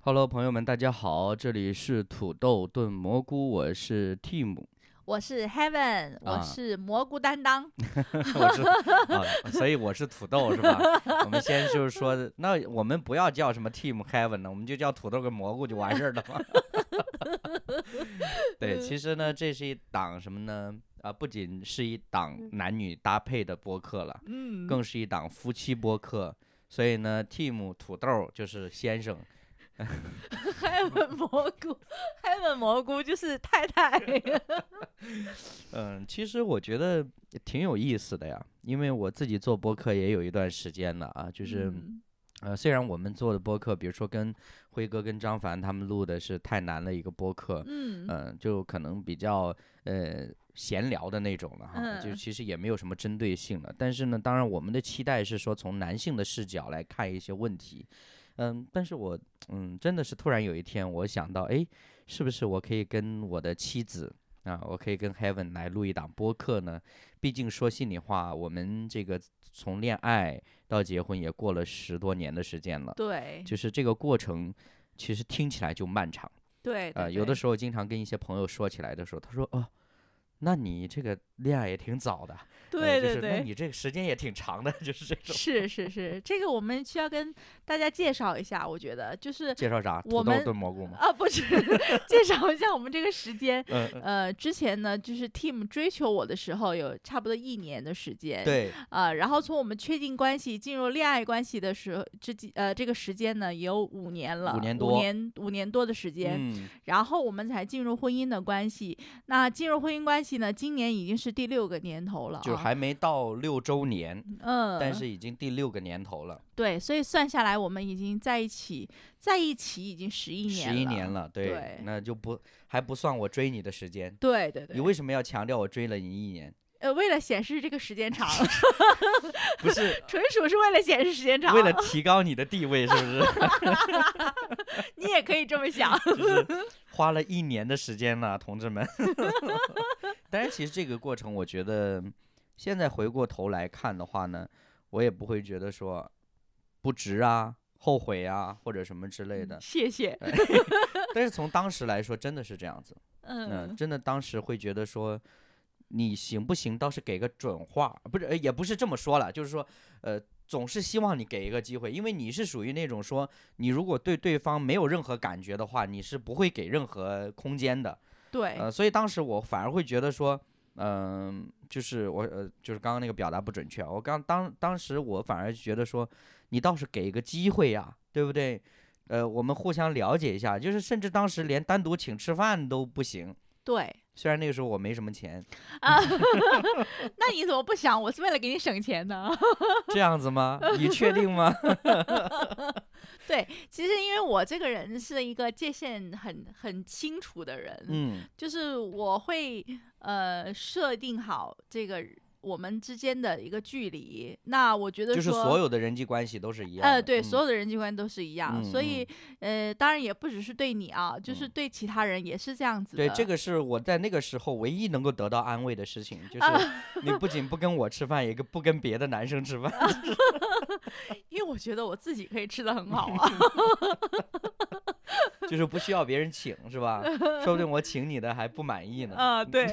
Hello，朋友们，大家好，这里是土豆炖蘑菇，我是 Tim，我是 Heaven，、啊我是蘑菇担 当。我是、啊，所以我是土豆是 吧？我们先就是说，那我们不要叫什么 Team Heaven 呢，我们就叫土豆跟蘑菇就完事儿 了嘛。对，其实呢，这是一档什么呢？啊，不仅是一档男女搭配的播客了，嗯，更是一档夫妻播客。所以呢，Team 土豆就是先生， Heaven 蘑菇，Heaven 蘑菇就是太太。嗯，其实我觉得挺有意思的呀，因为我自己做播客也有一段时间了啊， 就是。嗯呃，虽然我们做的播客，比如说跟辉哥、跟张凡他们录的是太难了一个播客，嗯嗯、就可能比较呃闲聊的那种了哈，就嗯其实也没有什么针对性了。但是呢，当然我们的期待是说从男性的视角来看一些问题，嗯，但是我嗯真的是突然有一天我想到，哎，是不是我可以跟我的妻子？啊，我可以跟 Heaven 来录一档播客呢。毕竟说心里话，我们这个从恋爱到结婚也过了十多年的时间了，对就是这个过程，其实听起来就漫长。对呃，有的时候经常跟一些朋友说起来的时候，他说：“哦，那你这个恋爱也挺早的，候呃就对对是对，那你这个时间也挺长的，就是这 种。是是是，这个我们需要跟大家介绍一下。我觉得就是”介绍啥？土我豆们炖蘑菇吗？啊，不是 介绍一下我们这个时间。嗯，嗯呃，之前呢，就是 Team 追求我的时候，有差不多一年的时间。对，呃，然后从我们确定关系进入恋爱关系的时候，之际呃这个时间呢也有五年了，五五年多五年五年多的时间，嗯，然后我们才进入婚姻的关系。那进入婚姻关系呢，今年已经是第六个年头了、啊，就还没到六周年，嗯，但是已经第六个年头了，对，所以算下来我们已经在一起，在一起已经十一年十了，一年了，对对，那就不还不算我追你的时间。对对你对，为什么要强调我追了你一年？呃，为了显示这个时间长， 不是纯属是为了显示时间长，为了提高你的地位，是不是？你也可以这么想，就是花了一年的时间了，同志们。 当然，其实这个过程，我觉得现在回过头来看的话呢，我也不会觉得说不值啊、后悔啊或者什么之类的。谢谢， 但是从当时来说，真的是这样子。嗯，嗯，真的当时会觉得说，你行不行倒是给个准话，不是，呃也不是这么说了，就是说，呃，总是希望你给一个机会，因为你是属于那种说，你如果对对方没有任何感觉的话，你是不会给任何空间的。对，呃，所以当时我反而会觉得说，嗯、就是我呃，就是刚刚那个表达不准确啊，我刚当当时我反而觉得说，你倒是给一个机会呀、对不对？呃，我们互相了解一下，就是甚至当时连单独请吃饭都不行。对。虽然那个时候我没什么钱，啊，那你怎么不想？我是为了给你省钱呢。 这样子吗？你确定吗？对，其实因为我这个人是一个界限很很清楚的人， 嗯，就是我会呃设定好这个我们之间的一个距离。那我觉得就是说所有的人际关系都是一样的。嗯呃，对，所有有的人际关系都是一样，嗯所以呃，当然也不只是对你啊，就是嗯对其他人也是这样子的。对这个是我在那个时候唯一能够得到安慰的事情，就是啊你不仅不跟我吃饭，也不跟别的男生吃饭。 因为我觉得我自己可以吃的很 好啊。就是不需要别人请，是吧？说不定我请你的还不满意呢。 啊，对，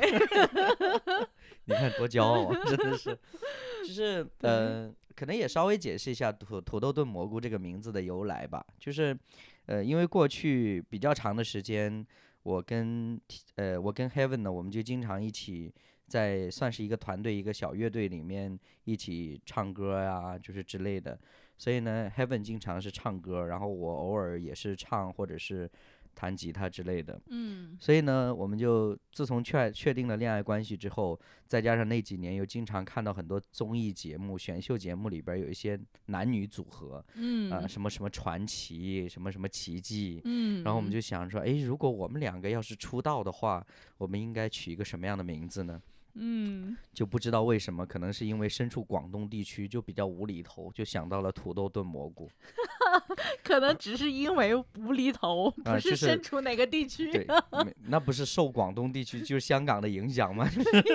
你看多骄傲啊，真 的是。就是呃，可能也稍微解释一下土土豆炖蘑菇这个名字的由来吧。就是呃，因为过去比较长的时间，我跟呃我跟 Heaven 呢，我们就经常一起在算是一个团队、一个小乐队里面一起唱歌呀、就是之类的。所以呢，Heaven 经常是唱歌，然后我偶尔也是唱或者是弹吉他之类的。嗯，所以呢，我们就自从确确定了恋爱关系之后，再加上那几年又经常看到很多综艺节目、选秀节目里边儿有一些男女组合，嗯，呃，什么什么传奇，什么什么奇迹，嗯，然后我们就想说，诶，如果我们两个要是出道的话，我们应该取一个什么样的名字呢？嗯，就不知道为什么，可能是因为身处广东地区就比较无厘头，就想到了土豆炖蘑菇。可能只是因为无厘头，啊不就是是身处哪个地区、 对，没那不是受广东地区就是香港的影响吗？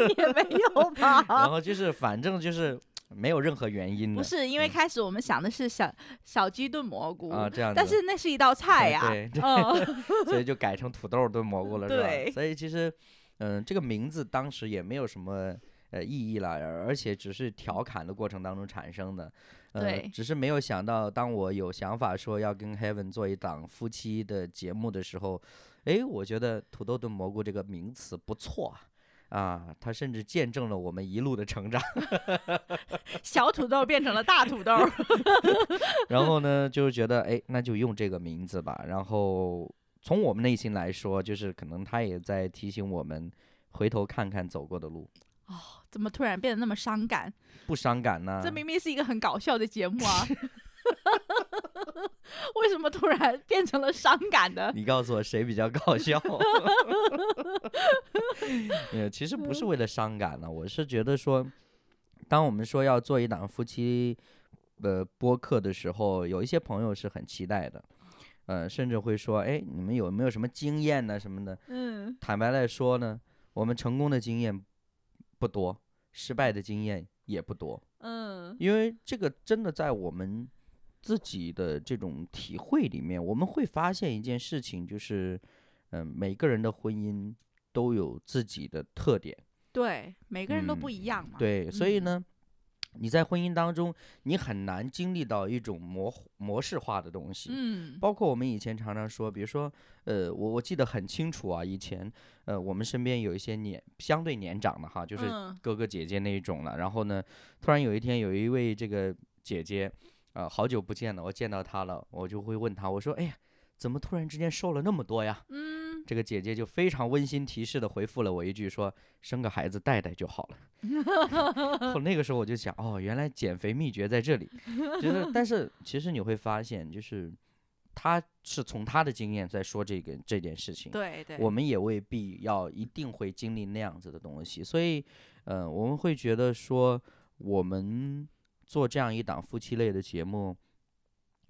也没有吧？啊然后就是反正就是没有任何原因的。啊不是，因为嗯开始我们想的是小小鸡炖蘑菇，啊，这样子。但是那是一道菜呀、 对 对嗯，所以就改成土豆炖蘑菇了，是对吧？所以其实，嗯、这个名字当时也没有什么呃意义了，而而且只是调侃的过程当中产生的。呃对，只是没有想到，当我有想法说要跟 Heaven 做一档夫妻的节目的时候，诶，我觉得土豆炖蘑菇这个名词不错啊，啊，它甚至见证了我们一路的成长。小土豆变成了大 土豆，然后呢，就是觉得哎，那就用这个名字吧。然后从我们内心来说，就是可能他也在提醒我们回头看看走过的路，怎么突然变得那么伤感？不伤感呢、这明明是一个很搞笑的节目啊， 为什么突然变成了伤 感的？你告诉我谁比较搞笑？ 呃，其实不是为了伤感了、我是觉得说，当我们说要做一档夫妻呃播客的时候，有一些朋友是很期待的，呃，甚至会说，哎，你们有没有什么经验呢、什么的？嗯，坦白来说呢，我们成功的经验不多，失败的经验也不多，嗯，因为这个真的在我们自己的这种体会里面，我们会发现一件事情，就是，嗯、每个人的婚姻都有自己的特点，对，每个人都嗯不一样嘛。对，所以嗯呢。你在婚姻当中，你很难经历到一种模糊模式化的东西。嗯，包括我们以前常常说，比如说，呃，我我记得很清楚啊，以前，呃，我们身边有一些年相对年长的哈，就是嗯哥哥姐姐那一种了。然后呢，突然有一天有一位这个姐姐，呃，好久不见了，我见到她了，我就会问她，我说，哎呀，怎么突然之间瘦了那么多呀？嗯，这个姐姐就非常温馨提示的回复了我一句说，生个孩子带带就好了。后那个时候我就想，哦，原来减肥秘诀在这里。就是，但是其实你会发现，就是她是从她的经验在说这个这件事情。对对，我们也未必要一定会经历那样子的东西，所以，呃，我们会觉得说，我们做这样一档夫妻类的节目，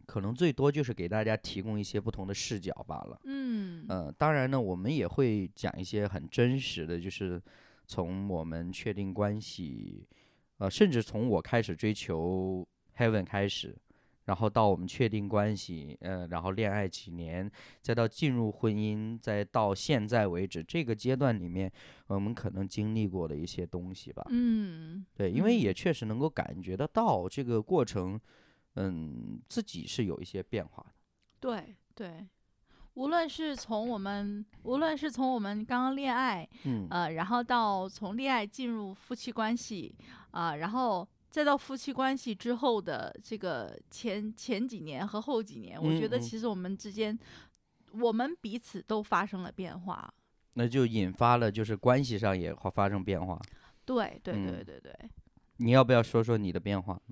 可能最多就是给大家提供一些不同的视角罢了。嗯呃，当然呢，我们也会讲一些很真实的，就是从我们确定关系，呃，甚至从我开始追求 Heaven 开始，然后到我们确定关系，呃，然后恋爱几年，再到进入婚姻，再到现在为止这个阶段里面，我们可能经历过的一些东西吧。嗯，对，因为嗯也确实能够感觉得到这个过程，嗯，自己是有一些变化的。对对。无论是从我们，无论是从我们刚刚恋爱，嗯，呃，然后到从恋爱进入夫妻关系，啊、然后再到夫妻关系之后的这个前前几年和后几年，我觉得嗯嗯其实我们之间，我们彼此都发生了变化。那就引发了就是关系上也会发生变化。对对嗯对对对，你要不要说说你的变化？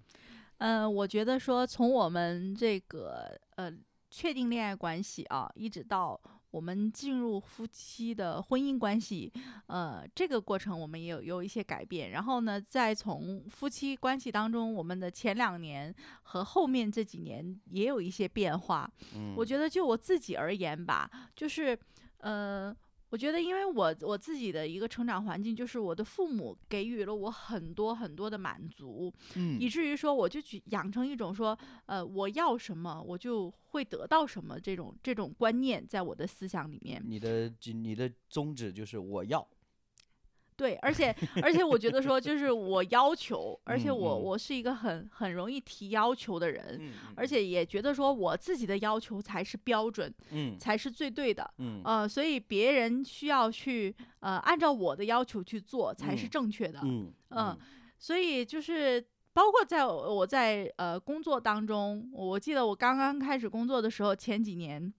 嗯、我觉得说从我们这个呃确定恋爱关系啊，一直到我们进入夫妻的婚姻关系，呃，这个过程我们也有有一些改变。然后呢，再从夫妻关系当中，我们的前两年和后面这几年也有一些变化。嗯我觉得就我自己而言吧，就是，呃，我觉得因为我我自己的一个成长环境，就是我的父母给予了我很多很多的满足，以嗯至于说我就去养成一种说，呃，我要什么我就会得到什么这种这种观念在我的思想里面。你的你的宗旨就是我要，对，而且而且我觉得说就是我要求，而且嗯我嗯我是一个很很容易提要求的人。嗯呃而且也觉得说我自己的要求才是标准，嗯才是最对的，嗯呃，所以别人需要去呃按照我的要求去做才是嗯正确的。嗯嗯，所以就是包括在我我在呃工作当中，我记得我刚刚开始工作的时候，前几年，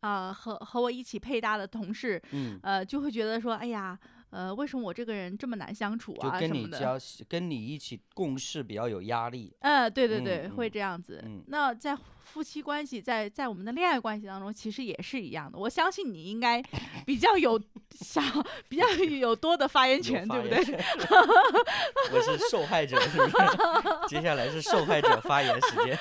啊、和和我一起配搭的同事，嗯，呃，就会觉得说，哎呀，呃，为什么我这个人这么难相处就啊跟什你么的？交跟你一起共事比较有压力。呃，对对嗯对，会嗯这样子。嗯那在夫妻关系，在在我们的恋爱关系当中，其实也是一样的。我相信你应该比较有想比较有多的发言有权，对发不对言？ 权我是受害者，是不 是？接下来是受害者发言时间。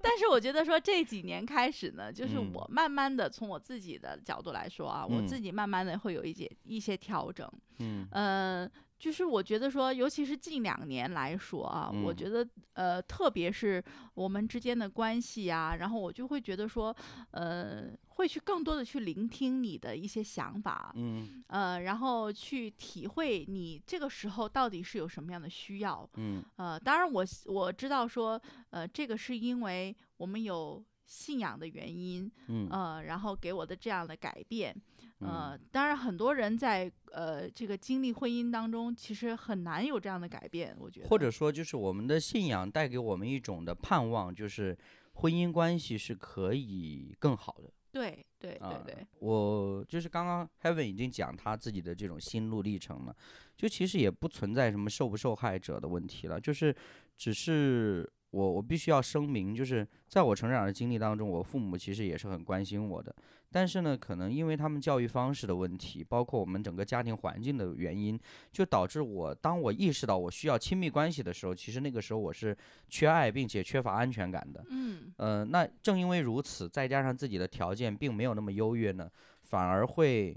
但是我觉得说这几年开始呢，就是嗯我慢慢的从我自己的角度来说啊，我嗯自己慢慢的会有一些一些调整。嗯嗯、就是我觉得说，尤其是近两年来说啊，我嗯觉得呃，特别是我们之间的关系啊，然后我就会觉得说，呃，会去更多的去聆听你的一些想法，嗯呃，然后去体会你这个时候到底是有什么样的需要，嗯呃，当然我希我知道说，呃，这个是因为我们有信仰的原因，嗯呃，然后给我的这样的改变，呃嗯，当然很多人在呃这个经历婚姻当中，其实很难有这样的改变，我觉得，或者说就是我们的信仰带给我们一种的盼望，就是婚姻关系是可以更好的。对对对啊对，我就是刚刚 Heaven 已经讲他自己的这种心路历程了，就其实也不存在什么受不受害者的问题了，就是只是我我必须要声明，就是在我成长的经历当中，我父母其实也是很关心我的，但是呢，可能因为他们教育方式的问题，包括我们整个家庭环境的原因，就导致我当我意识到我需要亲密关系的时候，其实那个时候我是缺爱并且缺乏安全感的。嗯呃，那正因为如此，再加上自己的条件并没有那么优越呢，反而会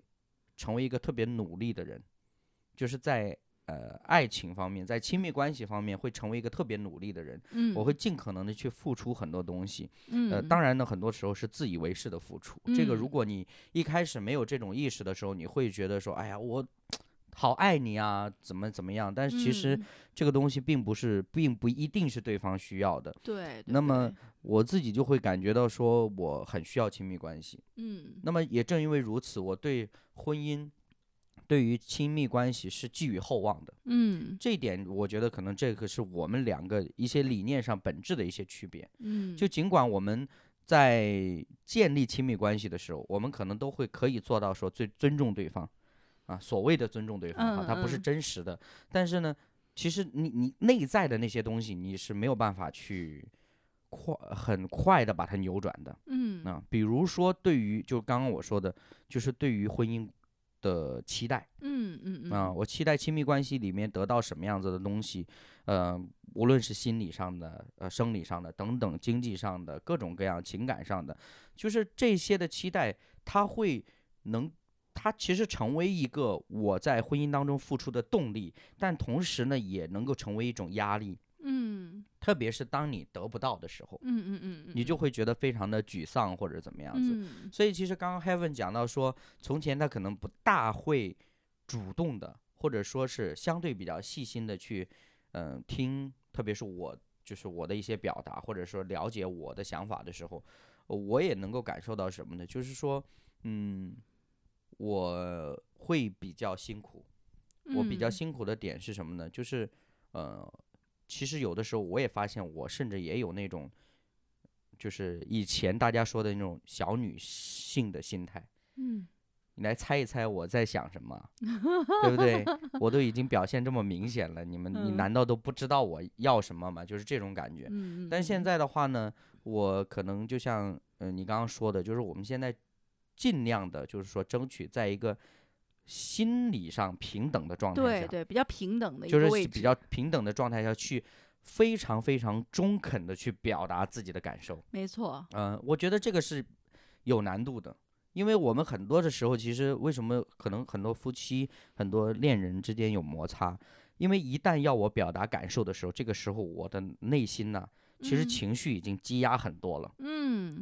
成为一个特别努力的人，就是在呃爱情方面，在亲密关系方面会成为一个特别努力的人。嗯，我会尽可能的去付出很多东西，嗯，呃，当然呢，很多时候是自以为是的付出。这个如嗯果你一开始没有这种意识的时候，你会觉得说，哎呀，我好爱你啊，怎么怎么样？但是其实嗯这个东西并不是，并不一定是对方需要的。对，对那么对我自己就会感觉到说我很需要亲密关系。嗯那么也正因为如此，我对婚姻、对于亲密关系是寄予厚望的。嗯这一点，我觉得可能这个是我们两个一些理念上本质的一些区别。嗯，就尽管我们在建立亲密关系的时候，我们可能都会可以做到说最尊重对方，啊，所谓的尊重对方啊，它不是嗯嗯真实的，但是呢，其实你你内在的那些东西，你是没有办法去快很快的把它扭转的嗯啊。比如说，对于就刚刚我说的，就是对于婚姻的期待。嗯嗯嗯啊，，我期待亲密关系里面得到什么样子的东西，呃，无论是心理上的、呃生理上的等等，经济上的各种各样情感上的，就是这些的期待，它会能，它其实成为一个我在婚姻当中付出的动力，但同时呢，也能够成为一种压力，嗯特别是当你得不到的时候，嗯嗯嗯嗯，你就会觉得非常的沮丧或者怎么样子。嗯所以其实刚刚 Heaven 讲到说，从前他可能不大会主动的，或者说是相对比较细心的去，嗯、听，特别是我就是我的一些表达，或者说了解我的想法的时候，呃我也能够感受到什么呢？就是说，嗯，我会比较辛苦，我比较嗯辛苦的点是什么呢？就是，呃，其实有的时候我也发现，我甚至也有那种，就是以前大家说的那种小女性的心态。嗯你来猜一猜我在想什 么，对不对？我都已经表现这么明显了，你们你嗯难道都不知道我要什么吗？就是这种感觉。嗯，但现嗯在的话呢，我可能就像嗯、呃你刚刚说的，就是我们现在尽量的，就是说争取在一个心理上平等的状态下，对对比较平等的一就个是位比置，较平等的状态下去，非常非常中肯的去表达自己的感受。没错，嗯、我觉得这个是有难度的，因为我们很多的时候，其实为什么可能很多夫妻、很多恋人之间有摩擦，因为一旦要我表达感受的时候，这个时候我的内心呢、其实嗯情绪已经积压很多了，嗯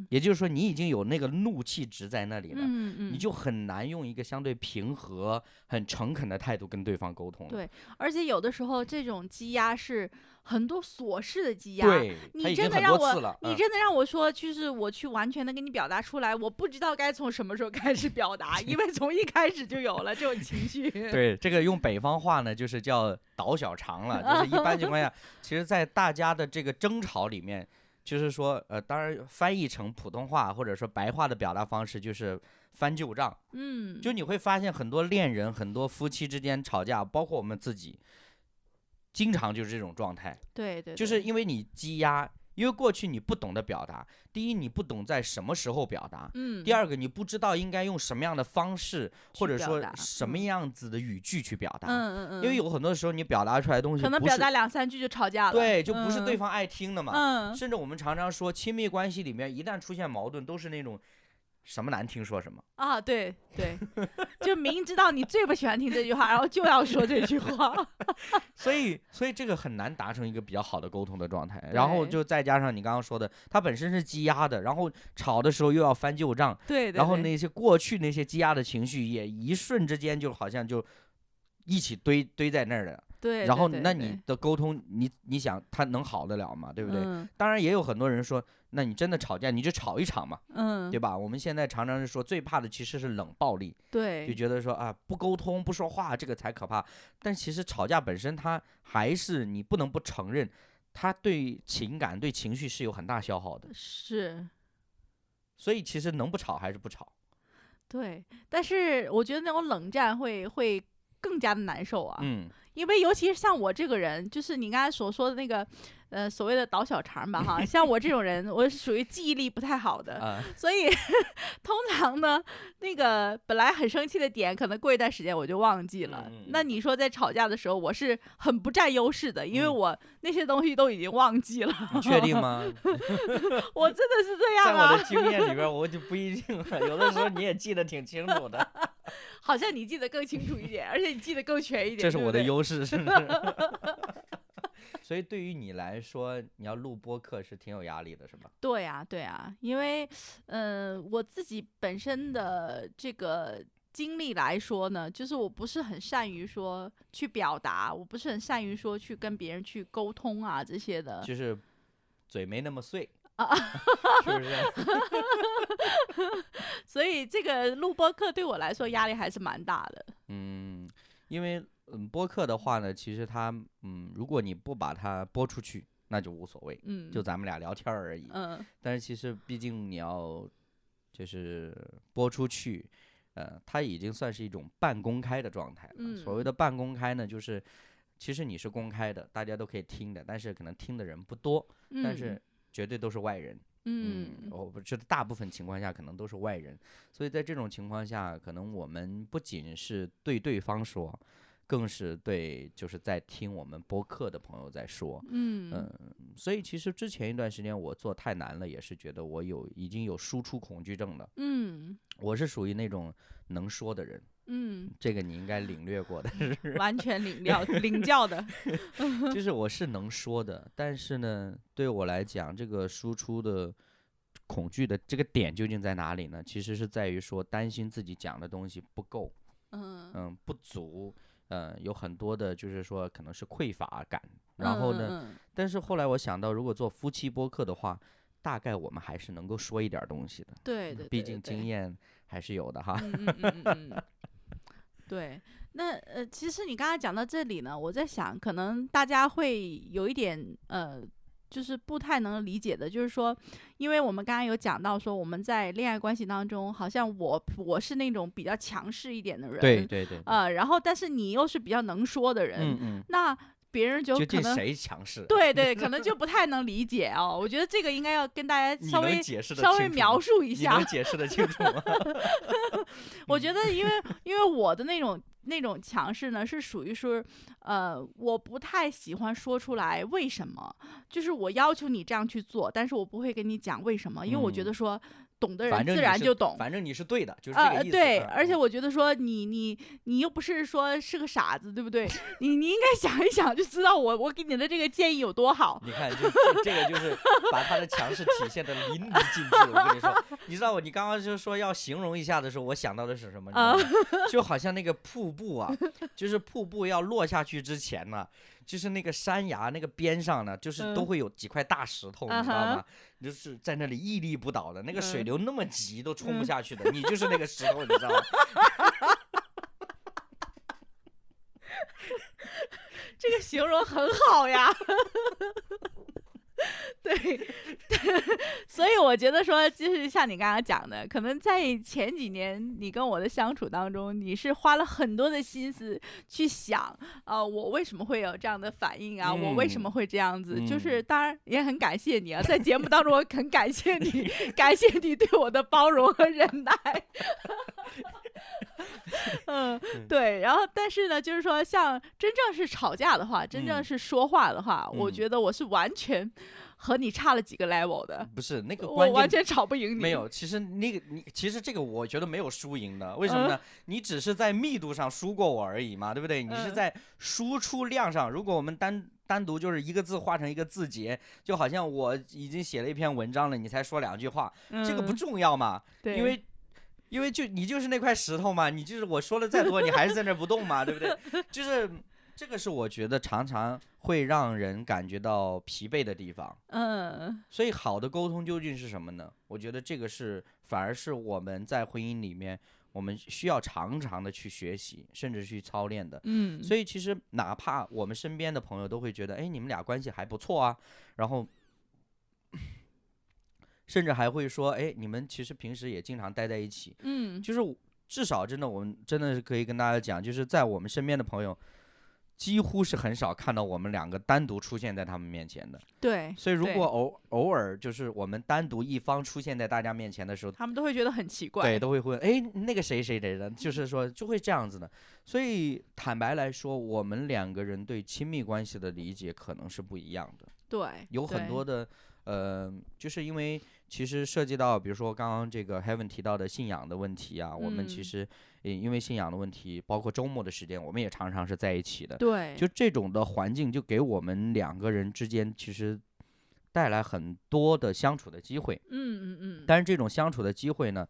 也就是说，你已经有那个怒气值在那里了。嗯嗯，你就很难用一个相对平和、很诚恳的态度跟对方沟通了。对而且有的时候这种积压是很多琐事的积压。对，他你已经真的很让多次我了，，你嗯真的让我说，就是我去完全的跟你表达出来，我不知道该从什么时候开始表达，因为从一开始就有了这种情绪。对，对这个用北方话呢，就是叫倒小肠了。就是一般情 况下，其实，在大家的这个争吵里面，就是说，呃，当然翻译成普通话或者说白话的表达方式就是翻旧账。嗯，就你会发现，很多恋人、很多夫妻之间吵架，包括我们自己，经常就是这种状态，对对，就是因为你积压，因为过去你不懂得表达，第一你不懂在什么时候表达，嗯，第二个，你不知道应该用什么样的方式，或去者表说达什么嗯样子的语句去表达，嗯嗯嗯，因为有很多时候你表达出来的东西可能不表是达两三句就吵架了，对，就不是对嗯方爱听的嘛。嗯甚至我们常常说，亲密关系里面一旦出现矛盾，都是那种什么难听说什么。啊，对 对，就明知道你最不喜欢听这句话，然后就要说这句话。 所以，所以这个很难达成一个比较好的沟通的状态。然后对就再加上你刚刚说的，它本身是积压的，然后吵的时候又要翻旧账，对对然后对那些过去那些积压的情绪也一瞬之间就好像就一起堆堆在那儿了。对，然后，对那对你的沟通，你你想它能好得了吗？对不对？嗯当然，也有很多人说，那你真的吵架，你就吵一场嘛，嗯，对吧？我们现在常常是说，最怕的其实是冷暴力。对，就觉得说啊，不沟通、不说话，这个才可怕。但其实吵架本身，它还是你不能不承认，它对情感、对情绪是有很大消耗的。是所以其实能不吵还是不吵。对，但是我觉得那种冷战会会更加的难受啊，嗯，因为尤其是像我这个人，就是你刚才所说的那个，呃，所谓的倒小肠 吧，哈，像我这种人，我是属于记忆力不太好的，啊、所以 通常呢，那个本来很生气的点，可能过一段时间我就忘记了。嗯嗯那你说在吵架的时候，我是很不占优势的，因为嗯我那些东西都已经忘记了。 你确定吗？我真的是这在样我的啊，经验里边，我就不一定了。有的时候你也记得挺清楚的，好像你记得更清楚一点，而且你记得更全一点。这是对不我的对。优 势， 是不是？所以对于你来说，你要录播客是挺有压力的，是吧？对呀、对呀、因为，嗯、我自己本身的这个。经历来说呢，就是我不是很善于说去表达，我不是很善于说去跟别人去沟通啊这些的。就是嘴没那么 碎啊是不是？ 所以这个录播课对我来说压力还是蛮大的。嗯，因为嗯，播客的话呢，其实它嗯，如果你不把它播出去，那就无所谓，嗯，就咱们俩聊天儿而已。嗯，但是其实毕竟你要就是播出去，呃，它已经算是一种半公开的状态了。所谓嗯的半公开呢，就是其实你是公开的，大家都可以听的，但是可能听的人不多，但是绝对都是外人。嗯嗯，我不觉得大部分情况下可能都是外人，所以在这种情况下，可能我们不仅是对对方说，更是对就是在听我们播客的朋友在说。嗯嗯，所以其实之前一段时间我做太难了，也是觉得我有已经有输出恐惧症了。嗯我是属于那种能说的人，嗯，这个你应该领略过的， 完全领教领教的。就是我是能说的，但是呢，对我来讲，这个输出的恐惧的这个点究竟在哪里呢？其实是在于说担心自己讲的东西不够，嗯， 嗯，不足，嗯，有很多的就是说可能是匮乏感。然后呢，嗯？嗯但是后来我想到，如果做夫妻播客的话，大概我们还是能够说一点儿东西的，对对，嗯毕对竟对经验还是有的 哈。嗯嗯嗯嗯嗯， 对，那呃，其实你刚才讲到这里呢，我在想，可能大家会有一点呃，就是不太能理解的，就是说，因为我们刚刚有讲到说，我们在恋爱关系当中，好像我我是那种比较强势一点的人，对对对，呃，然后但是你又是比较能说的人，嗯嗯，那别人就究可竟能。谁强势？，对对，可能就不太能理解哦。我觉得这个应该要跟大家你稍微能解释的稍微描述一你下能。解释 的清楚吗？我觉得，因为因为我的那种那种强势呢，是属于是，呃，我不太喜欢说出来为什么，就是我要求你这样去做，但是我不会跟你讲为什么，因为我觉嗯得说懂的反人正自你然是就懂。反正你是对的，就是这呃，个意思。对，嗯而且我觉得说你你你又不是说是个傻子，对不对？你你应该想一想，就知道我我给你的这个建议有多好。你看，就这这个就是把他的强势体现的淋漓尽致。我跟你说，你知道我，你刚刚就说要形容一下的时候，我想到的是什么？你知道啊吗？就好像那个瀑布啊，就是瀑布要落下去之前呢，就是那个山崖那个边上呢，就是都嗯会有几块大石头，你知啊道哈吗？就是在那里屹立不倒的，那个水嗯流那么急都冲不嗯下去的，你就是那个石头，你知道吗？这个形容很好呀。 对， 所以我觉得说，就是像你刚刚讲的，可能在前几年你跟我的相处当中，你是花了很多的心思去想，呃，我为什么会有这样的反应啊？我为什么嗯会这样子？就嗯是当然也很感谢你啊，在节目当中我很感谢你， 感谢你对我的包容和忍耐。嗯，对，然后但是呢，就是说，像真正是吵架的话，真正嗯是说话的话，我嗯觉得我是完全和你差了几个 level 的，不是那个我关完键全吵不赢你。没有，其实那个你其实这个我觉得没有输赢的，为什嗯么呢？你只是在密度上输过我而已嘛，对不对？你是嗯在输出量上，如果我们单单独就是一个字画成一个字节，就好像我已经写了一篇文章了，你才说两句话，嗯，这个不重要嘛，对，因为。因为就你就是那块石头嘛，你就是我说了再多，你还是在那儿不动嘛，对不对？就是这个是我觉得常常会让人感觉到疲惫的地方。嗯所以，好的沟通究竟是什么呢？我觉得这个是反而是我们在婚姻里面，我们需要常常的去学习，甚至去操练的。嗯，所以，其实哪怕我们身边的朋友都会觉得，哎，你们俩关系还不错啊，然后，甚至还会说，哎，你们其实平时也经常待在一起。嗯就是我至少真的，我们真的是可以跟大家讲，就是在我们身边的朋友，几乎是很少看到我们两个单独出现在他们面前的。 对，所以如对果偶偶尔就是我们单独一方出现在大家面前的时候，他们都会觉得很奇怪。对，都会问，哎，那个谁谁谁的，嗯就是说就会这样子的。所以坦白来说，我们两个人对亲密关系的理解可能是不一样的，对，有很对多的。呃，就是因为其实涉及到，比如说刚刚这个 Heaven 提到的信仰的问题啊，我们其嗯实也因为信仰的问题，包括周末的时间，我们也常常是在一起的。对，就这种的环境，就给我们两个人之间其实带来很多的相处的机会。嗯嗯嗯，但是这种相处的机会呢，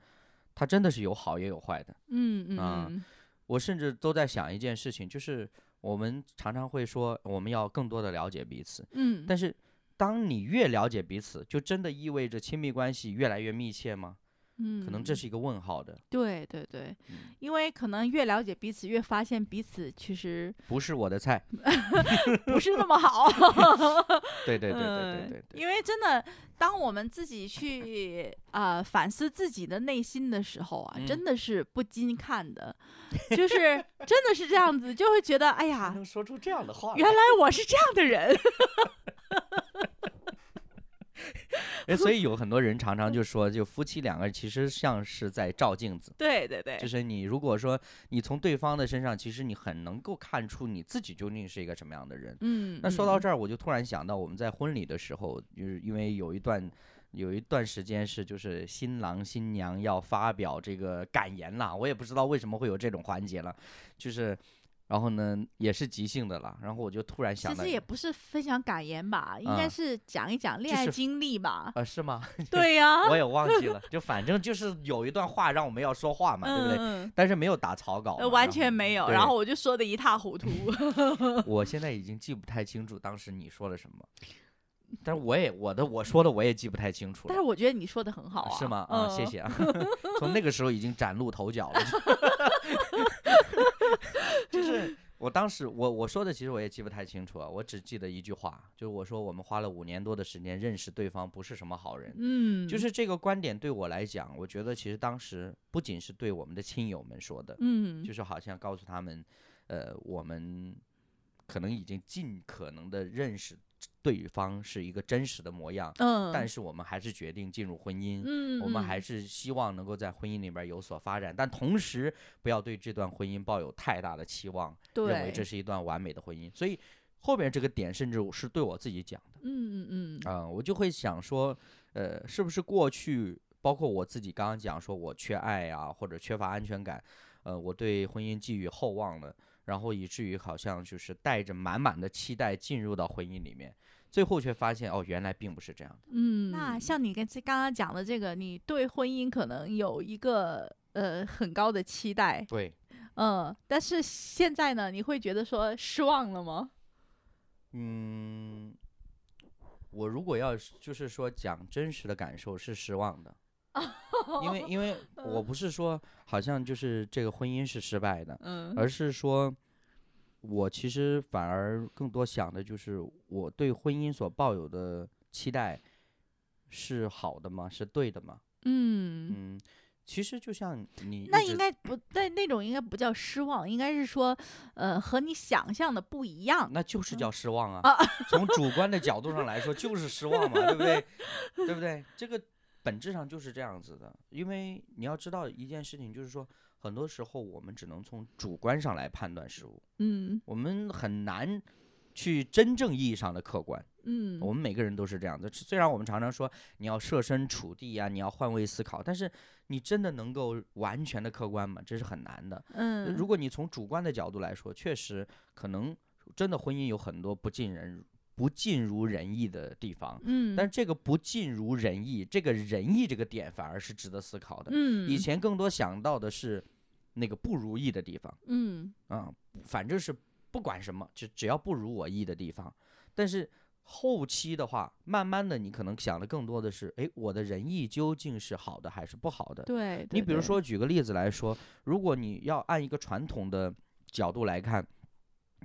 它真的是有好也有坏的。嗯嗯啊嗯，我甚至都在想一件事情，就是我们常常会说我们要更多的了解彼此，嗯，但是当你越了解彼此，就真的意味着亲密关系越来越密切吗？可能这嗯是一个问号的，对对对嗯，因为可能越了解彼此，越发现彼此其实不是我的菜。不 是那么好。对对对对对嗯，对对，因为真的，当我们自己去 呃反思自己的内心的时候啊，嗯真的是不禁 看的，就是真的是这样子，就会觉得哎还 呀，能说出这样的话原来我是这样 的人。哎，所以 有很多人常常就嗯说，就夫妻两个人其实像是在照镜子，对对对就，是你如果说你从对方的身上，其实你很能够看出你自己究竟是一个什么样的人。嗯。那说到嗯这儿，我就突然想到，我们在婚礼的时候，就是因为有一段有一段时间是就是新郎新娘要发表这个感言啦，我也不知道为什么会有这种环节了，就是。然后呢，也是即兴的啦。然后我就突然想其到实一也个，不是分享感言吧，应嗯该是讲一讲恋爱是经历吧。呃，是吗？对 呀、我也忘记了。就反正就是有一段话让我们要说话嘛，对不对？嗯，但是没有打草稿嘛，呃，完然全后没有。对然后我就说的一塌 糊涂。我现在已经记不太清楚当时你说了什么，但是我也我的我说的我也记不太清楚但了是，我觉得你说的很好啊。是吗？啊，谢嗯。谢 啊，从那个时候已经崭露头角了， 就是。我当时我我说的其实我也记不太清楚啊，我只记得一句话，就是我说我们花了五年多的时间认识对方不是什么好人，嗯，就是这个观点对我来讲，我觉得其实当时不仅是对我们的亲友们说的，嗯，就是好像告诉他们，呃，我们可能已经尽可能的认识对方是一个真实的模样，嗯，但是我们还是决定进入婚姻。嗯，我们还嗯是希望能够在婚姻里边有所发展，但同时不要对这段婚姻抱有太大的期望，对认为这是一段完美的婚姻。所以后边这个点甚至是对我自己讲的嗯嗯嗯啊、我就会想说，呃，是不是过去包括我自己刚刚讲说我缺爱啊，或者缺乏安全感，呃，我对婚姻寄予厚望了，然后以至于好像就是带着满满的期待进入到婚姻里面，最后却发现哦，原来并不是这样的。嗯。那像你跟刚刚讲的这个，你对婚姻可能有一个呃很高的期待，对，嗯，但是现在呢，你会觉得说失望了吗？ 嗯，我如果要是就是说讲真实的感受是失望的，哦因为因为我不是说好像就是这个婚姻是失败的，嗯，而是说我其实反而更多想的就是我对婚姻所抱有的期待是好的吗？是对的吗？嗯。嗯，其实就像你那嗯一应直该不，那那种应该不叫失望，应该是说，呃，和你想象的不一样。那就是叫失望啊！从主观的角度上来说，就是失望嘛，对不对？对不对？这个本质上就是这样子的，因为你要知道一件事情，就是说，很多时候我们只能从主观上来判断事物，嗯我们很难去真正意义上的客观。嗯，我们每个人都是这样的，虽然我们常常说你要设身处地啊，你要换位思考，但是你真的能够完全的客观吗？这是很难的。嗯，如果你从主观的角度来说，确实可能真的婚姻有很多不尽人不尽如人意的地方，嗯，但这个不尽如人意，这个仁义这个点反而是值得思考的。嗯，以前更多想到的是那个不如意的地方嗯啊、反正是不管什么，只只要不如我意的地方。但是后期的话，慢慢的你可能想的更多的是，哎，我的仁义究竟是好的还是不好的？对，你对比如对说，举个例子来说，如果你要按一个传统的角度来看，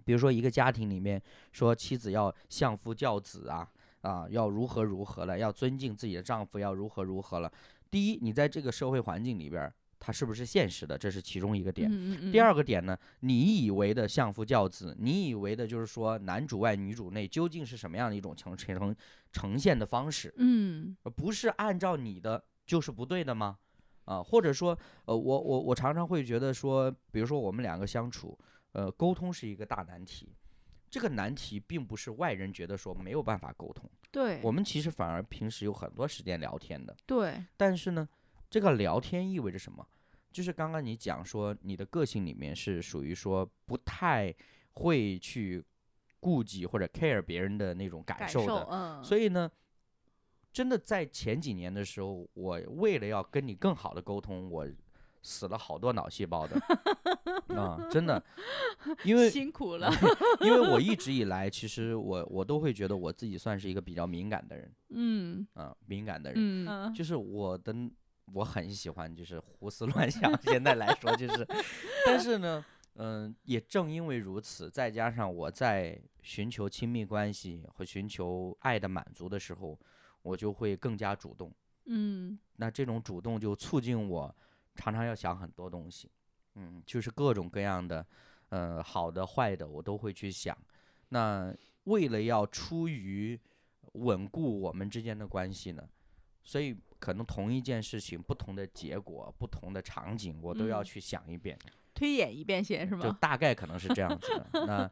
比如说一个家庭里面说妻子要相夫教子啊啊，要如何如何了，要尊敬自己的丈夫，要如何如何了。第一，你在这个社会环境里边儿，它是不是现实的，这是其中一个点。嗯嗯第嗯二个点呢，你以为的相夫教子，你以为的就是说男主外女主内，究竟是什么样的一种呈呈呈现的方式？嗯呃不是按照你的就是不对的吗？啊，或者说，呃，我我我常常会觉得说，比如说我们两个相处，呃，沟通是一个大难题。这个难题并不是外人觉得说没有办法沟通，对我们其实反而平时有很多时间聊天的。对但是呢，这个聊天意味着什么？就是刚刚你讲说你的个性里面是属于说不太会去顾及或者 care 别人的那种感受的，嗯，所以以呢，真的在前几年的时候，我为了要跟你更好的沟通，我死了好多脑细胞的啊、真 的，因为辛苦了， 因为我一直以来，其实我我都会觉得我自己算是一个比较敏感的人嗯啊、敏感的人，嗯，就是我的我很喜欢就是胡思乱想，现在来说就是，但是呢。嗯，也正因为如此，再加上我在寻求亲密关系和寻求爱的满足的时候，我就会更加主动。嗯那这种主动就促进我常常要想很多东西，嗯，就是各种各样的，呃，好的坏的我都会去想。那为了要出于稳固我们之间的关系呢，所以可能同一件事情，不同的结果、不同的场景，我都要嗯去想一遍，推演一遍先是就吗？大概可能是这样子的。 那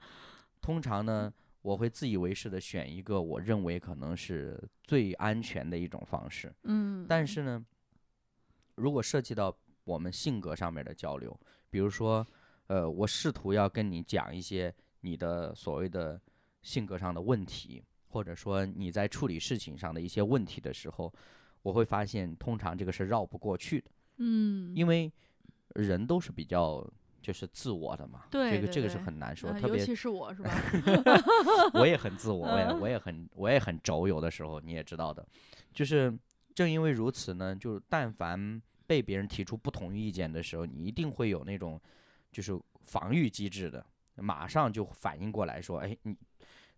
通常呢，我会自以为是的选一个我认为可能是最安全的一种方式。嗯，但是呢，如果涉及到我们性格上面的交流，比如说，呃，我试图要跟你讲一些你的所谓的性格上的问题，或者说你在处理事情上的一些问题的时候，我会发现，通常这个是绕不过去的，嗯，因为人都是比较。就是自我的嘛，对这个对这个是对很难说，啊特尤别其是我是 吧？ 我也很自我，我也嗯我也很我也很轴，有的时候你也知道的，就是正因为如此呢，就是但凡被别人提出不同意见的时候，你一定会有那种就是防御机制的，马上就反应过来说，哎，你、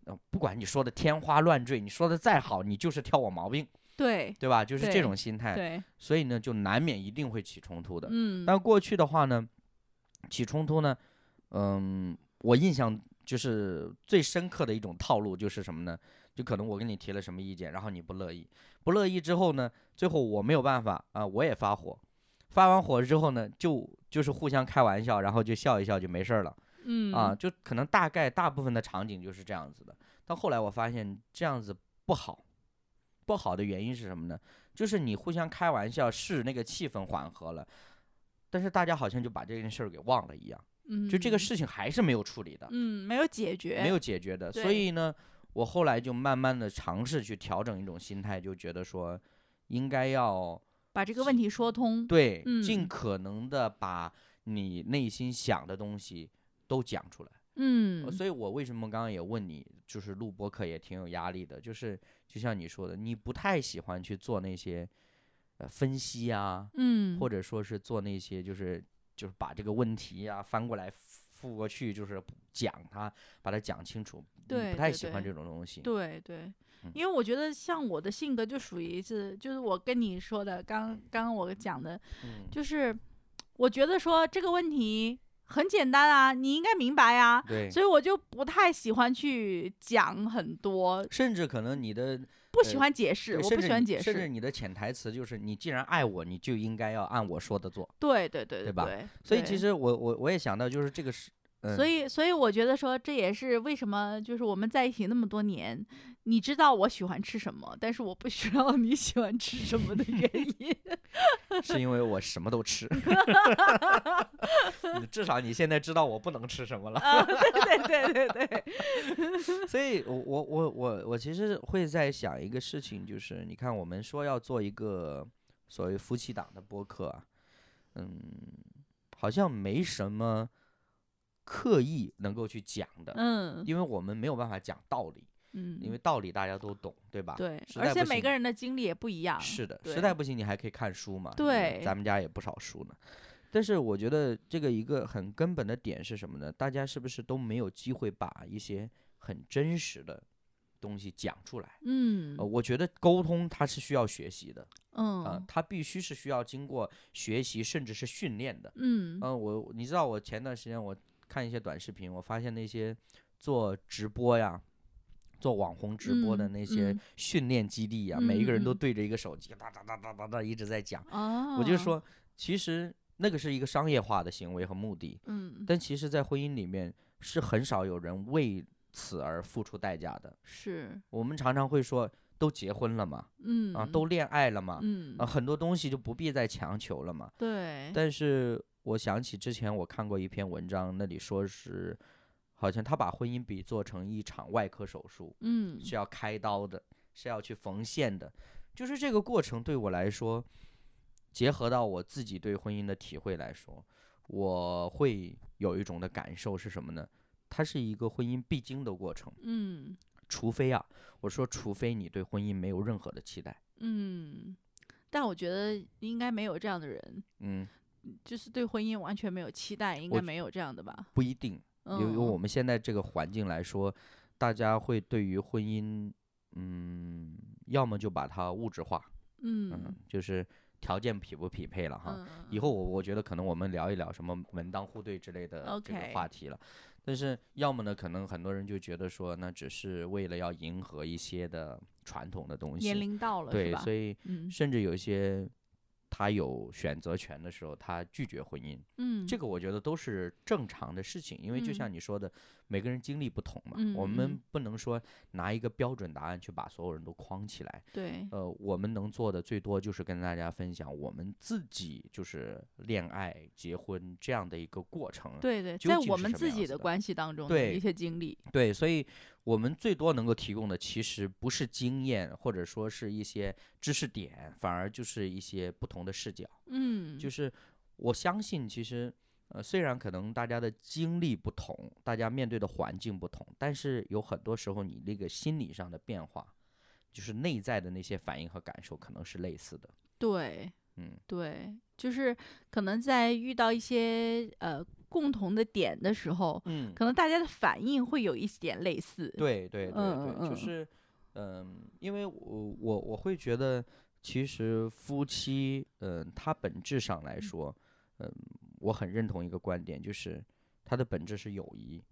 呃不管你说的天花乱坠，你说的再好，你就是挑我毛病， 对对吧？就是对这种心态，对，所以呢，就难免一定会起冲突哎的。嗯，但过去的话呢，起冲突呢，嗯，我印象就是最深刻的一种套路就是什么呢？就可能我跟你提了什么意见，然后你不乐意，不乐意之后呢，最后我没有办法啊、我也发火，发完火之后呢，就就是互相开玩笑，然后就笑一笑就没事儿了嗯啊，就可能大概大部分的场景就是这样子的。但后来我发现这样子不好，不好的原因是什么呢？就是你互相开玩笑，是那个气氛缓和了，但是大家好像就把这件事儿给忘了一样，嗯，就这个事情还是没有处理的，嗯没有解决，没有解决的。所对以呢，我后来就慢慢的尝试去调整一种心态，就觉得说，应该要把这个问题说通，对、嗯尽可能的把你内心想的东西都讲出来。嗯呃，所以我为什么刚刚也问你，就是录播课也挺有压力的，就是就像你说的，你不太喜欢去做那些呃分析啊，嗯，或者者说是做那些就是就是把这个问题啊翻过来覆过去，就是讲它，把它讲清楚。你对不太对喜欢对这种东西。对对嗯。因为我觉得像我的性格就属于是，就是我跟你说的，刚刚刚我讲的，嗯，就是我觉得说这个问题很简单啊，你应该明白啊呀、对，所以我就不太喜欢去讲很多，甚至可能你的不喜呃欢解释，对我甚不至喜欢你解甚至释。你的潜台词就是，你既然爱我，你就应该要按我说的做。对对对对吧对。所以其对实我我我也想到，就是这个是嗯所以，所以我觉得说，这也是为什么就是我们在一起那么多年，你知道我喜欢吃什么，但是我不知道你喜欢吃什么的原因。 是因为我什么都吃。你至少你现在知道我不能吃什么了。啊，对对对对 对，所以我，我我我我其实会在想一个事情，就是你看，我们说要做一个所谓夫妻档的播客啊，嗯，好像没什么刻意能够去讲的，嗯因为我们没有办法讲道理，嗯，因为道理大家都懂，对吧？对，实而在且不每行个人的经历也不一样。是的，对实在不行你还可以看书嘛。嗯对咱们家也不少书呢。但是我觉得这个一个很根本的点是什么呢？大家是不是都没有机会把一些很真实的东西讲出来？嗯呃，我觉得沟通它是需要学习的啊、呃嗯它必须是需要经过学习甚至是训练的。嗯嗯、我你知道我前段时间我看一些短视频，我发现那些做直播呀。做网红直播的嗯那些嗯训练基地呀，每一个人都嗯嗯嗯对着一个手机，哒哒哒哒哒哒一直在讲。哦，我就，说，其实那个是一个商业化的行为和目的，嗯，但其实，在婚姻里面是很少有人为此而付出代价的。是，我们常常会说，都结婚了嘛，嗯啊，都恋爱了嘛，嗯啊，很多东西就不必再强求了嘛。对，但是我想起之前我看过一篇文章，那里说是，好像他把婚姻比作成一场外科手术，嗯是要开刀的，是要去缝线的。就是这个过程对我来说，结合到我自己对婚姻的体会来说，我会有一种的感受是什么呢？它是一个婚姻必经的过程，嗯除非啊，我说除非你对婚姻没有任何的期待，嗯，但我觉得应该没有这样的人，嗯，就是对婚姻完全没有期待，应我该觉没有这样的吧？不一定，嗯，由于我们现在这个环境来说，大家会对于婚姻，嗯，要么就把它物质化，嗯嗯，就是条件匹不匹配了哈，嗯以后我我觉得可能我们聊一聊什么门当户对之类的这个 OK 话题了，但是要么呢，可能很多人就觉得说，那只是为了要迎合一些的传统的东西，年龄到了是对，吧？所以嗯甚至有一些他有选择权的时候，他拒绝婚姻，嗯，这个我觉得都是正常的事情，因为就像你说的，每个人经历不同嘛，嗯我嗯们嗯不能说拿一个标准答案去把所有人都框起来，对，呃，我们能做的最多就是跟大家分享我们自己就是恋爱、结婚这样的一个过程。对对，究在竟我是们什么自样己子的的关系当中的对一些经历，对所以我们最多能够提供的其实不是经验，或者说是一些知识点，反而就是一些不同的视角。嗯，就是是我相信，其实呃，虽然可能大家的经历不同，大家面对的环境不同，但是有很多时候你那个心理上的变化，就是内在的那些反应和感受可能是类似的。对嗯。对，就是可能在遇到一些呃共同的点的时候，嗯可能大家的反应会有一点类似，对对对对，嗯嗯就嗯是，嗯，因为我我我会觉得，其实夫妻，嗯、它本质上来说，嗯，我很认同一个观点，就是它的本质是友谊，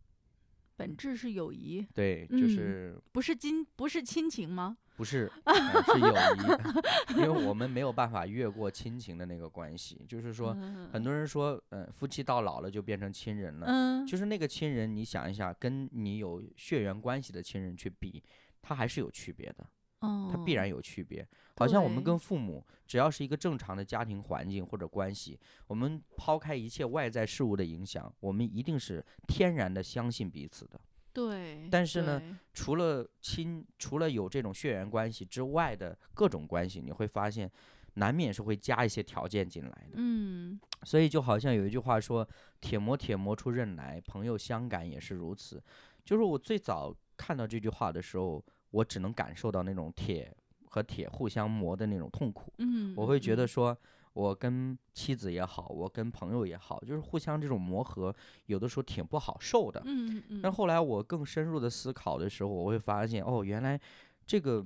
本质是友谊，对，就嗯是不是亲不是亲情吗？不是、呃是友谊 ，因为我们没有办法越过亲情的那个关系，就是说，嗯很多人说，嗯、夫妻到老了就变成亲人了，嗯，就是那个亲人，你想一下，跟你有血缘关系的亲人去比，它还是有区别的。它它必然有区别。好像我们哦对跟父母，只要是一个正常的家庭环境或者关系，我们抛开一切外在事物的影响，我们一定是天然的相信彼此的。对，但是呢对，除了亲，除了有这种血缘关系之外的各种关系，你会发现，难免是会加一些条件进来的。嗯所以就好像有一句话说：“铁磨铁磨出刃来，朋友相感也是如此。”就是我最早看到这句话的时候，我只能感受到那种铁和铁互相磨的那种痛苦。嗯，我会觉得嗯说，我跟妻子也好，我跟朋友也好，就是互相这种磨合，有的时候挺不好受的。嗯嗯，但后来我更深入的思考的时候，我会发现，哦，原来这个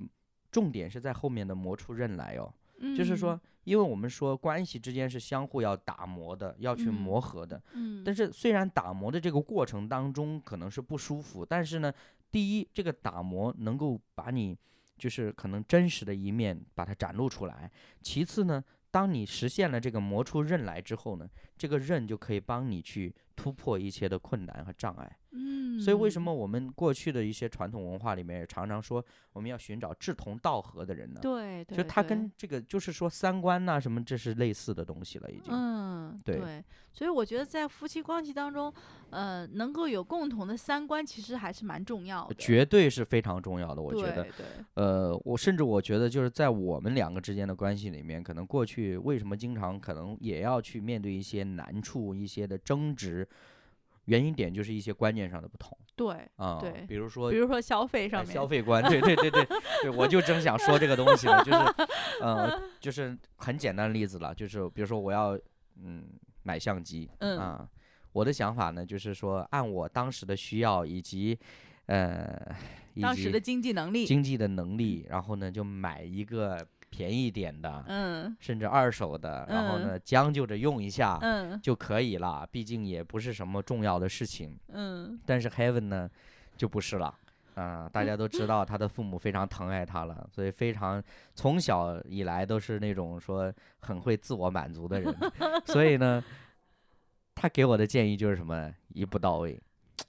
重点是在后面的磨出刃来哦。嗯就是说，因为我们说关系之间是相互要打磨的，要去嗯磨合的。嗯，嗯，但是虽然打磨的这个过程当中可能是不舒服，但是呢，第一，这个打磨能够把你就是可能真实的一面把它展露出来；其次呢，当你实现了这个磨出刃来之后呢，这个刃就可以帮你去突破一切的困难和障碍。嗯，所以为什么我们过去的一些传统文化里面也常常说我们要寻找志同道合的人呢？对，对就他对跟这个就是说三观呐、什么，这是类似的东西了，已经。嗯，对所以我觉得在夫妻关系当中，呃，能够有共同的三观，其实还是蛮重要的。呃绝对是非常重要的，我觉得对，对呃，我甚至我觉得就是在我们两个之间的关系里面，可能过去为什么经常可能也要去面对一些难处、一些的争执，原因点就是一些观念上的不同对，啊、对比如说比如说消费哎上面，消费观，对对对对对，我就正想说这个东西了，就是呃，就是很简单的例子了，就是比如说我要嗯买相机，嗯啊，我的想法呢就是说按我当时的需要以及呃以当及时的经济嗯能力，经济的能力，然后呢就买一个便宜点的，嗯甚至二手的，然后嗯呢将就着用一下、嗯就可以了，毕竟也不是什么重要的事情。嗯，但是 Heaven 呢就不是了。啊、大家都知道他的父母非常疼爱他了，所以非常从小以来都是那种说很会自我满足的人，所以呢，他给我的建议就是什么一步到位，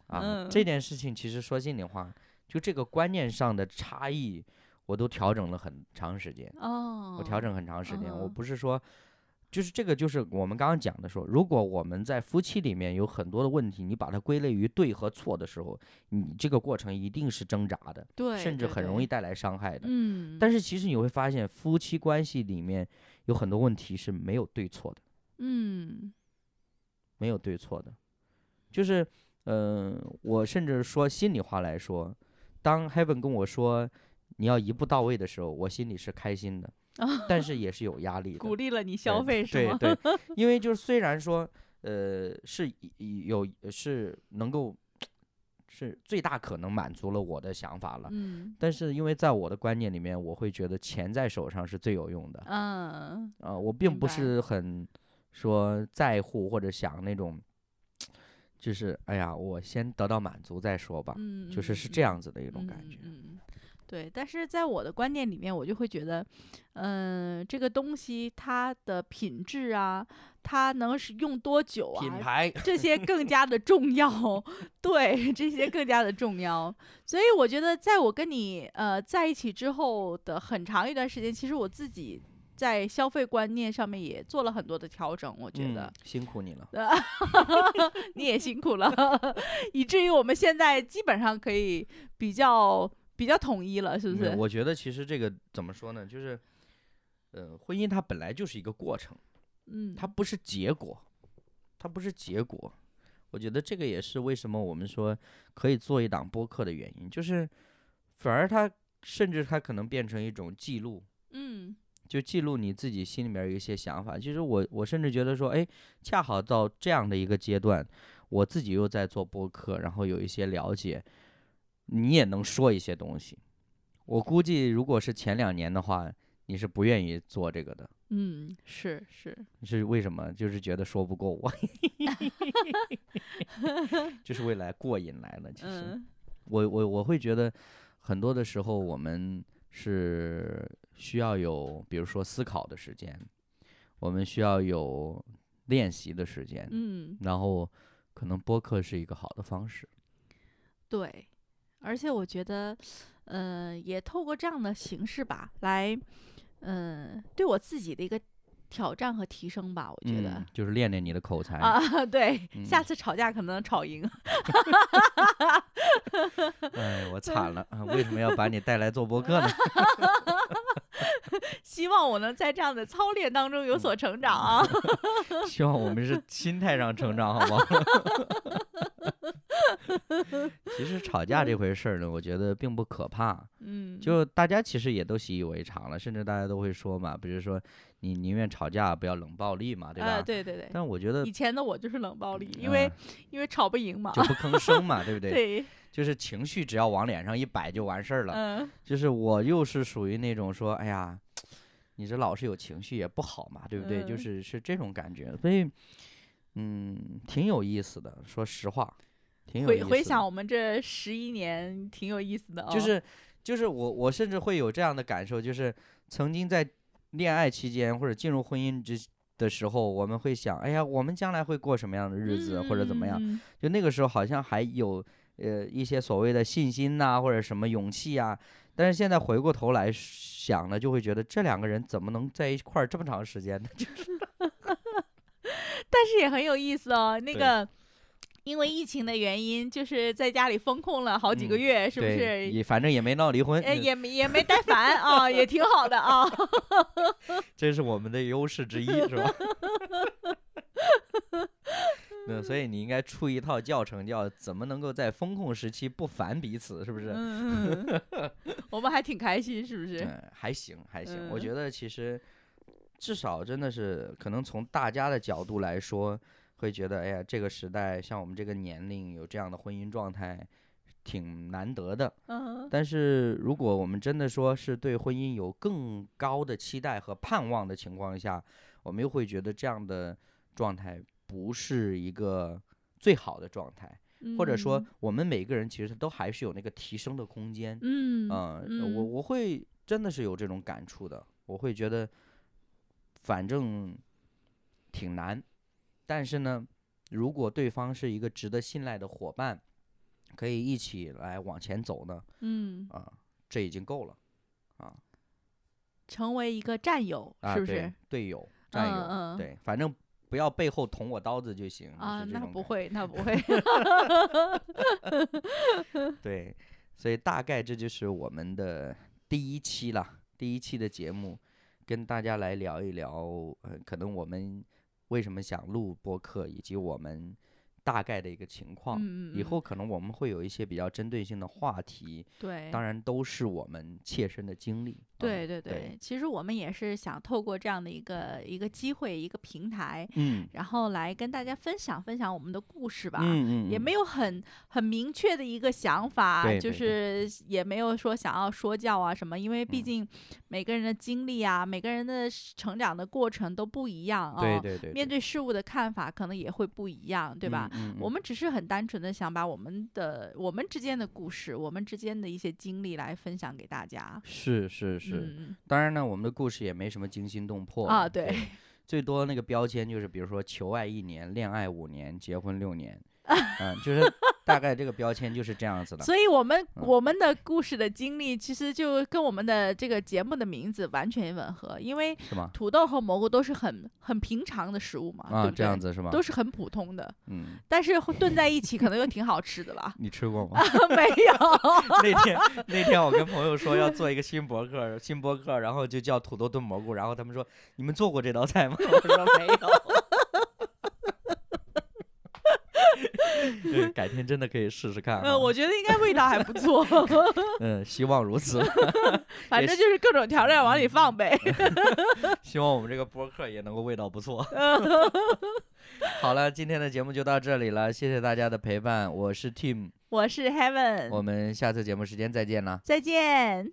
啊，这嗯件事情其实说心里话，就这个观念上的差异，我都调整了很长时间，哦，我调整很长时间，我嗯不是说。就是这个，就是我们刚刚讲的说，如果我们在夫妻里面有很多的问题，你把它归类于对和错的时候，你这个过程一定是挣扎的，对，甚至对很容易，对带来伤害的。嗯，但是其实你会发现，夫妻关系里面有很多问题是没有对错的，嗯没有对错的，就是，嗯、我甚至说心里话来说，当 Heaven 跟我说你要一步到位的时候，我心里是开心 的，但是也是有压力的。鼓励励了你消费是 吗？对对，因为就是虽然说，呃，是以以有呃是能够是最大可能满足了我的想法了，嗯但是因为在我的观念里面，我会觉得钱在手上是最有用的。嗯啊、我并明不白是很说在乎或者想那种，就是哎呀，我先得到满足再说吧，嗯，就是是嗯这样子的一种感嗯觉。嗯嗯对，但是在我的观念里面，我就会觉得，嗯、这个东西它的品质啊，它能使用多久啊，牌这些更加的重要。 对，这些更加的重要。所以我觉得，在我跟你呃在一起之后的很长一段时间，其实我自己在消费观念上面也做了很多的调整。我觉得，嗯辛苦你了。你也辛苦了， 以至于我们现在基本上可以比较比较统一了，是不没有是？我觉得其实这个怎么说呢，就是，呃，婚姻它本来就是一个过程，嗯，它不是结果，它不是结果。我觉得这个也是为什么我们说可以做一档播客的原因，就是反而它甚至它可能变成一种记录，嗯就记录你自己心里面儿有一些想法。其实我我甚至觉得说，哎，恰好到这样的一个阶段，我自己又在做播客，然后有一些了解，你也能说一些东西。我估计如果是前两年的话，你是不愿意做这个的，嗯，是是，是为什么？就是觉得说不过我， 就是未来过瘾来了。其实、嗯我我我会觉得，很多的时候我们是需要有，比如说思考的时间，我们需要有练习的时间，嗯，然后可能播客是一个好的方式。对。而且我觉得，呃，也透过这样的形式吧，来，嗯、对我自己的一个挑战和提升吧。我觉得，嗯、就是练练你的口才。啊， 对，下嗯次吵架可能能吵赢。 哎， 我惨了，啊为什么要把你带来做播客呢？希望我能在这样的操练当嗯中有所成长啊。 希望我们是心态上成长，好吗？ 其实吵架这回事儿呢，我觉得并不可怕，嗯，就大家其实也都习以为常了，甚至大家都会说嘛，比如说你宁愿吵架不要冷暴力嘛，对吧？呃，对对对，但我觉得以前的我就是冷暴力，因为、因为吵不赢嘛嗯。 就不吭声嘛，对不对？对，就是情绪只要往脸上一摆就完事儿了。嗯就是我又是属于那种说，哎呀，你这老是有情绪也不好嘛，对不对？就嗯是是这种感觉，所以嗯，挺有意思的，说实话，挺有意回思的。回想我们这十一年挺有意思的哦。就是就是我我甚至会有这样的感受，就是曾经在恋爱期间或者进入婚姻之的时候，我们会想，哎呀，我们将来会过什么样的日子，或者怎么样？嗯就那个时候好像还有呃一些所谓的信心呐、或者什么勇气啊。但是现在回过头来想呢，就会觉得这两个人怎么能在一块儿这么长时间呢？ 但是也很有意思哦。那对个因为疫情的原因，就是在家里封控了好几个嗯月，是不对是？也反正也没闹离婚，嗯呃，也没也没带烦啊，也挺好的啊。这是我们的优势之一，是吧？ 那所以你应该出一套教程，叫怎么能够在风控时期不烦彼此， 是不是？嗯，嗯 嗯我们还挺开心，是不是？嗯，还行，还行。我嗯觉得其实至少真的是，可能从大家的角度来说，会觉得，哎呀，这个时代像我们这个年龄有这样的婚姻状态，挺难得的。嗯，但是如果我们真的说是对婚姻有更高的期待和盼望的情况下，我们又会觉得这样的状态不是一个最好的状态，或者说我们每个人其实都还是有那个提升的空间。嗯，嗯，嗯我我会真的是有这种感触的，我会觉得反正挺难，但是呢，如果对方是一个值得信赖的伙伴，可以一起来往前走呢，嗯，啊，这已经够了成为一个战友，啊，是不对是？队友、战友，嗯嗯对，反正不要背后捅我刀子就行啊，就是这那种不感会，那不 会。对，所以大概这就是我们的第一期了，第一期的节目，跟大家来聊一聊，呃，可能我们为什么想录播客，以及我们大概的一个情况。嗯，嗯以嗯后可能我们会有一些比较针对性的话题，对，当然都是我们切身的经历。啊对对对对，其实我们也是想透过这样的一个一个机会、一个平台，嗯，然后来跟大家分享分享我们的故事吧。嗯嗯，也嗯没有很很明确的一个想法，对就对是也没有说想要说教啊什么，因为毕嗯竟每个人的经历啊，每个人的成长的过程都不一样啊、对对对，面对事物的看法可能也会不一样，对吧？？嗯嗯我嗯们只是很单纯的想把我们的我们之间的故事，我们之间的一些经历来分享给大家。是是是，嗯、当然呢，我们的故事也没什么惊心动魄啊，的对，最多那个标签就是，比如说求爱一年，恋爱五年，结婚六 年，嗯，就是大概这个标签就是这样子的。所以我们嗯我们的故事的经历，其实就跟我们的这个节目的名字完全吻合，因为是吗？土豆和蘑菇都是很很平常的食物嘛，啊，对不对？这样子是吗？都是很普通的，嗯，？但是会炖在一起可能又挺好吃的吧 你吃过吗？没有，那天那天我跟朋友说要做一个新博客，新博客，然后就叫土豆炖蘑菇，然后他们说你们做过这道菜吗？ 我说没有。对，改天真的可以试试看 啊。嗯，我觉得应该味道还不 错，嗯，希望如此。 反正就是各种调料嗯往里放呗。 希望我们这个播客也能够味道不错。好了，今天的节目就到这里了，谢谢大家的陪伴，我是 Tim，我是我 Heaven，们下次节目时间再见了。再见。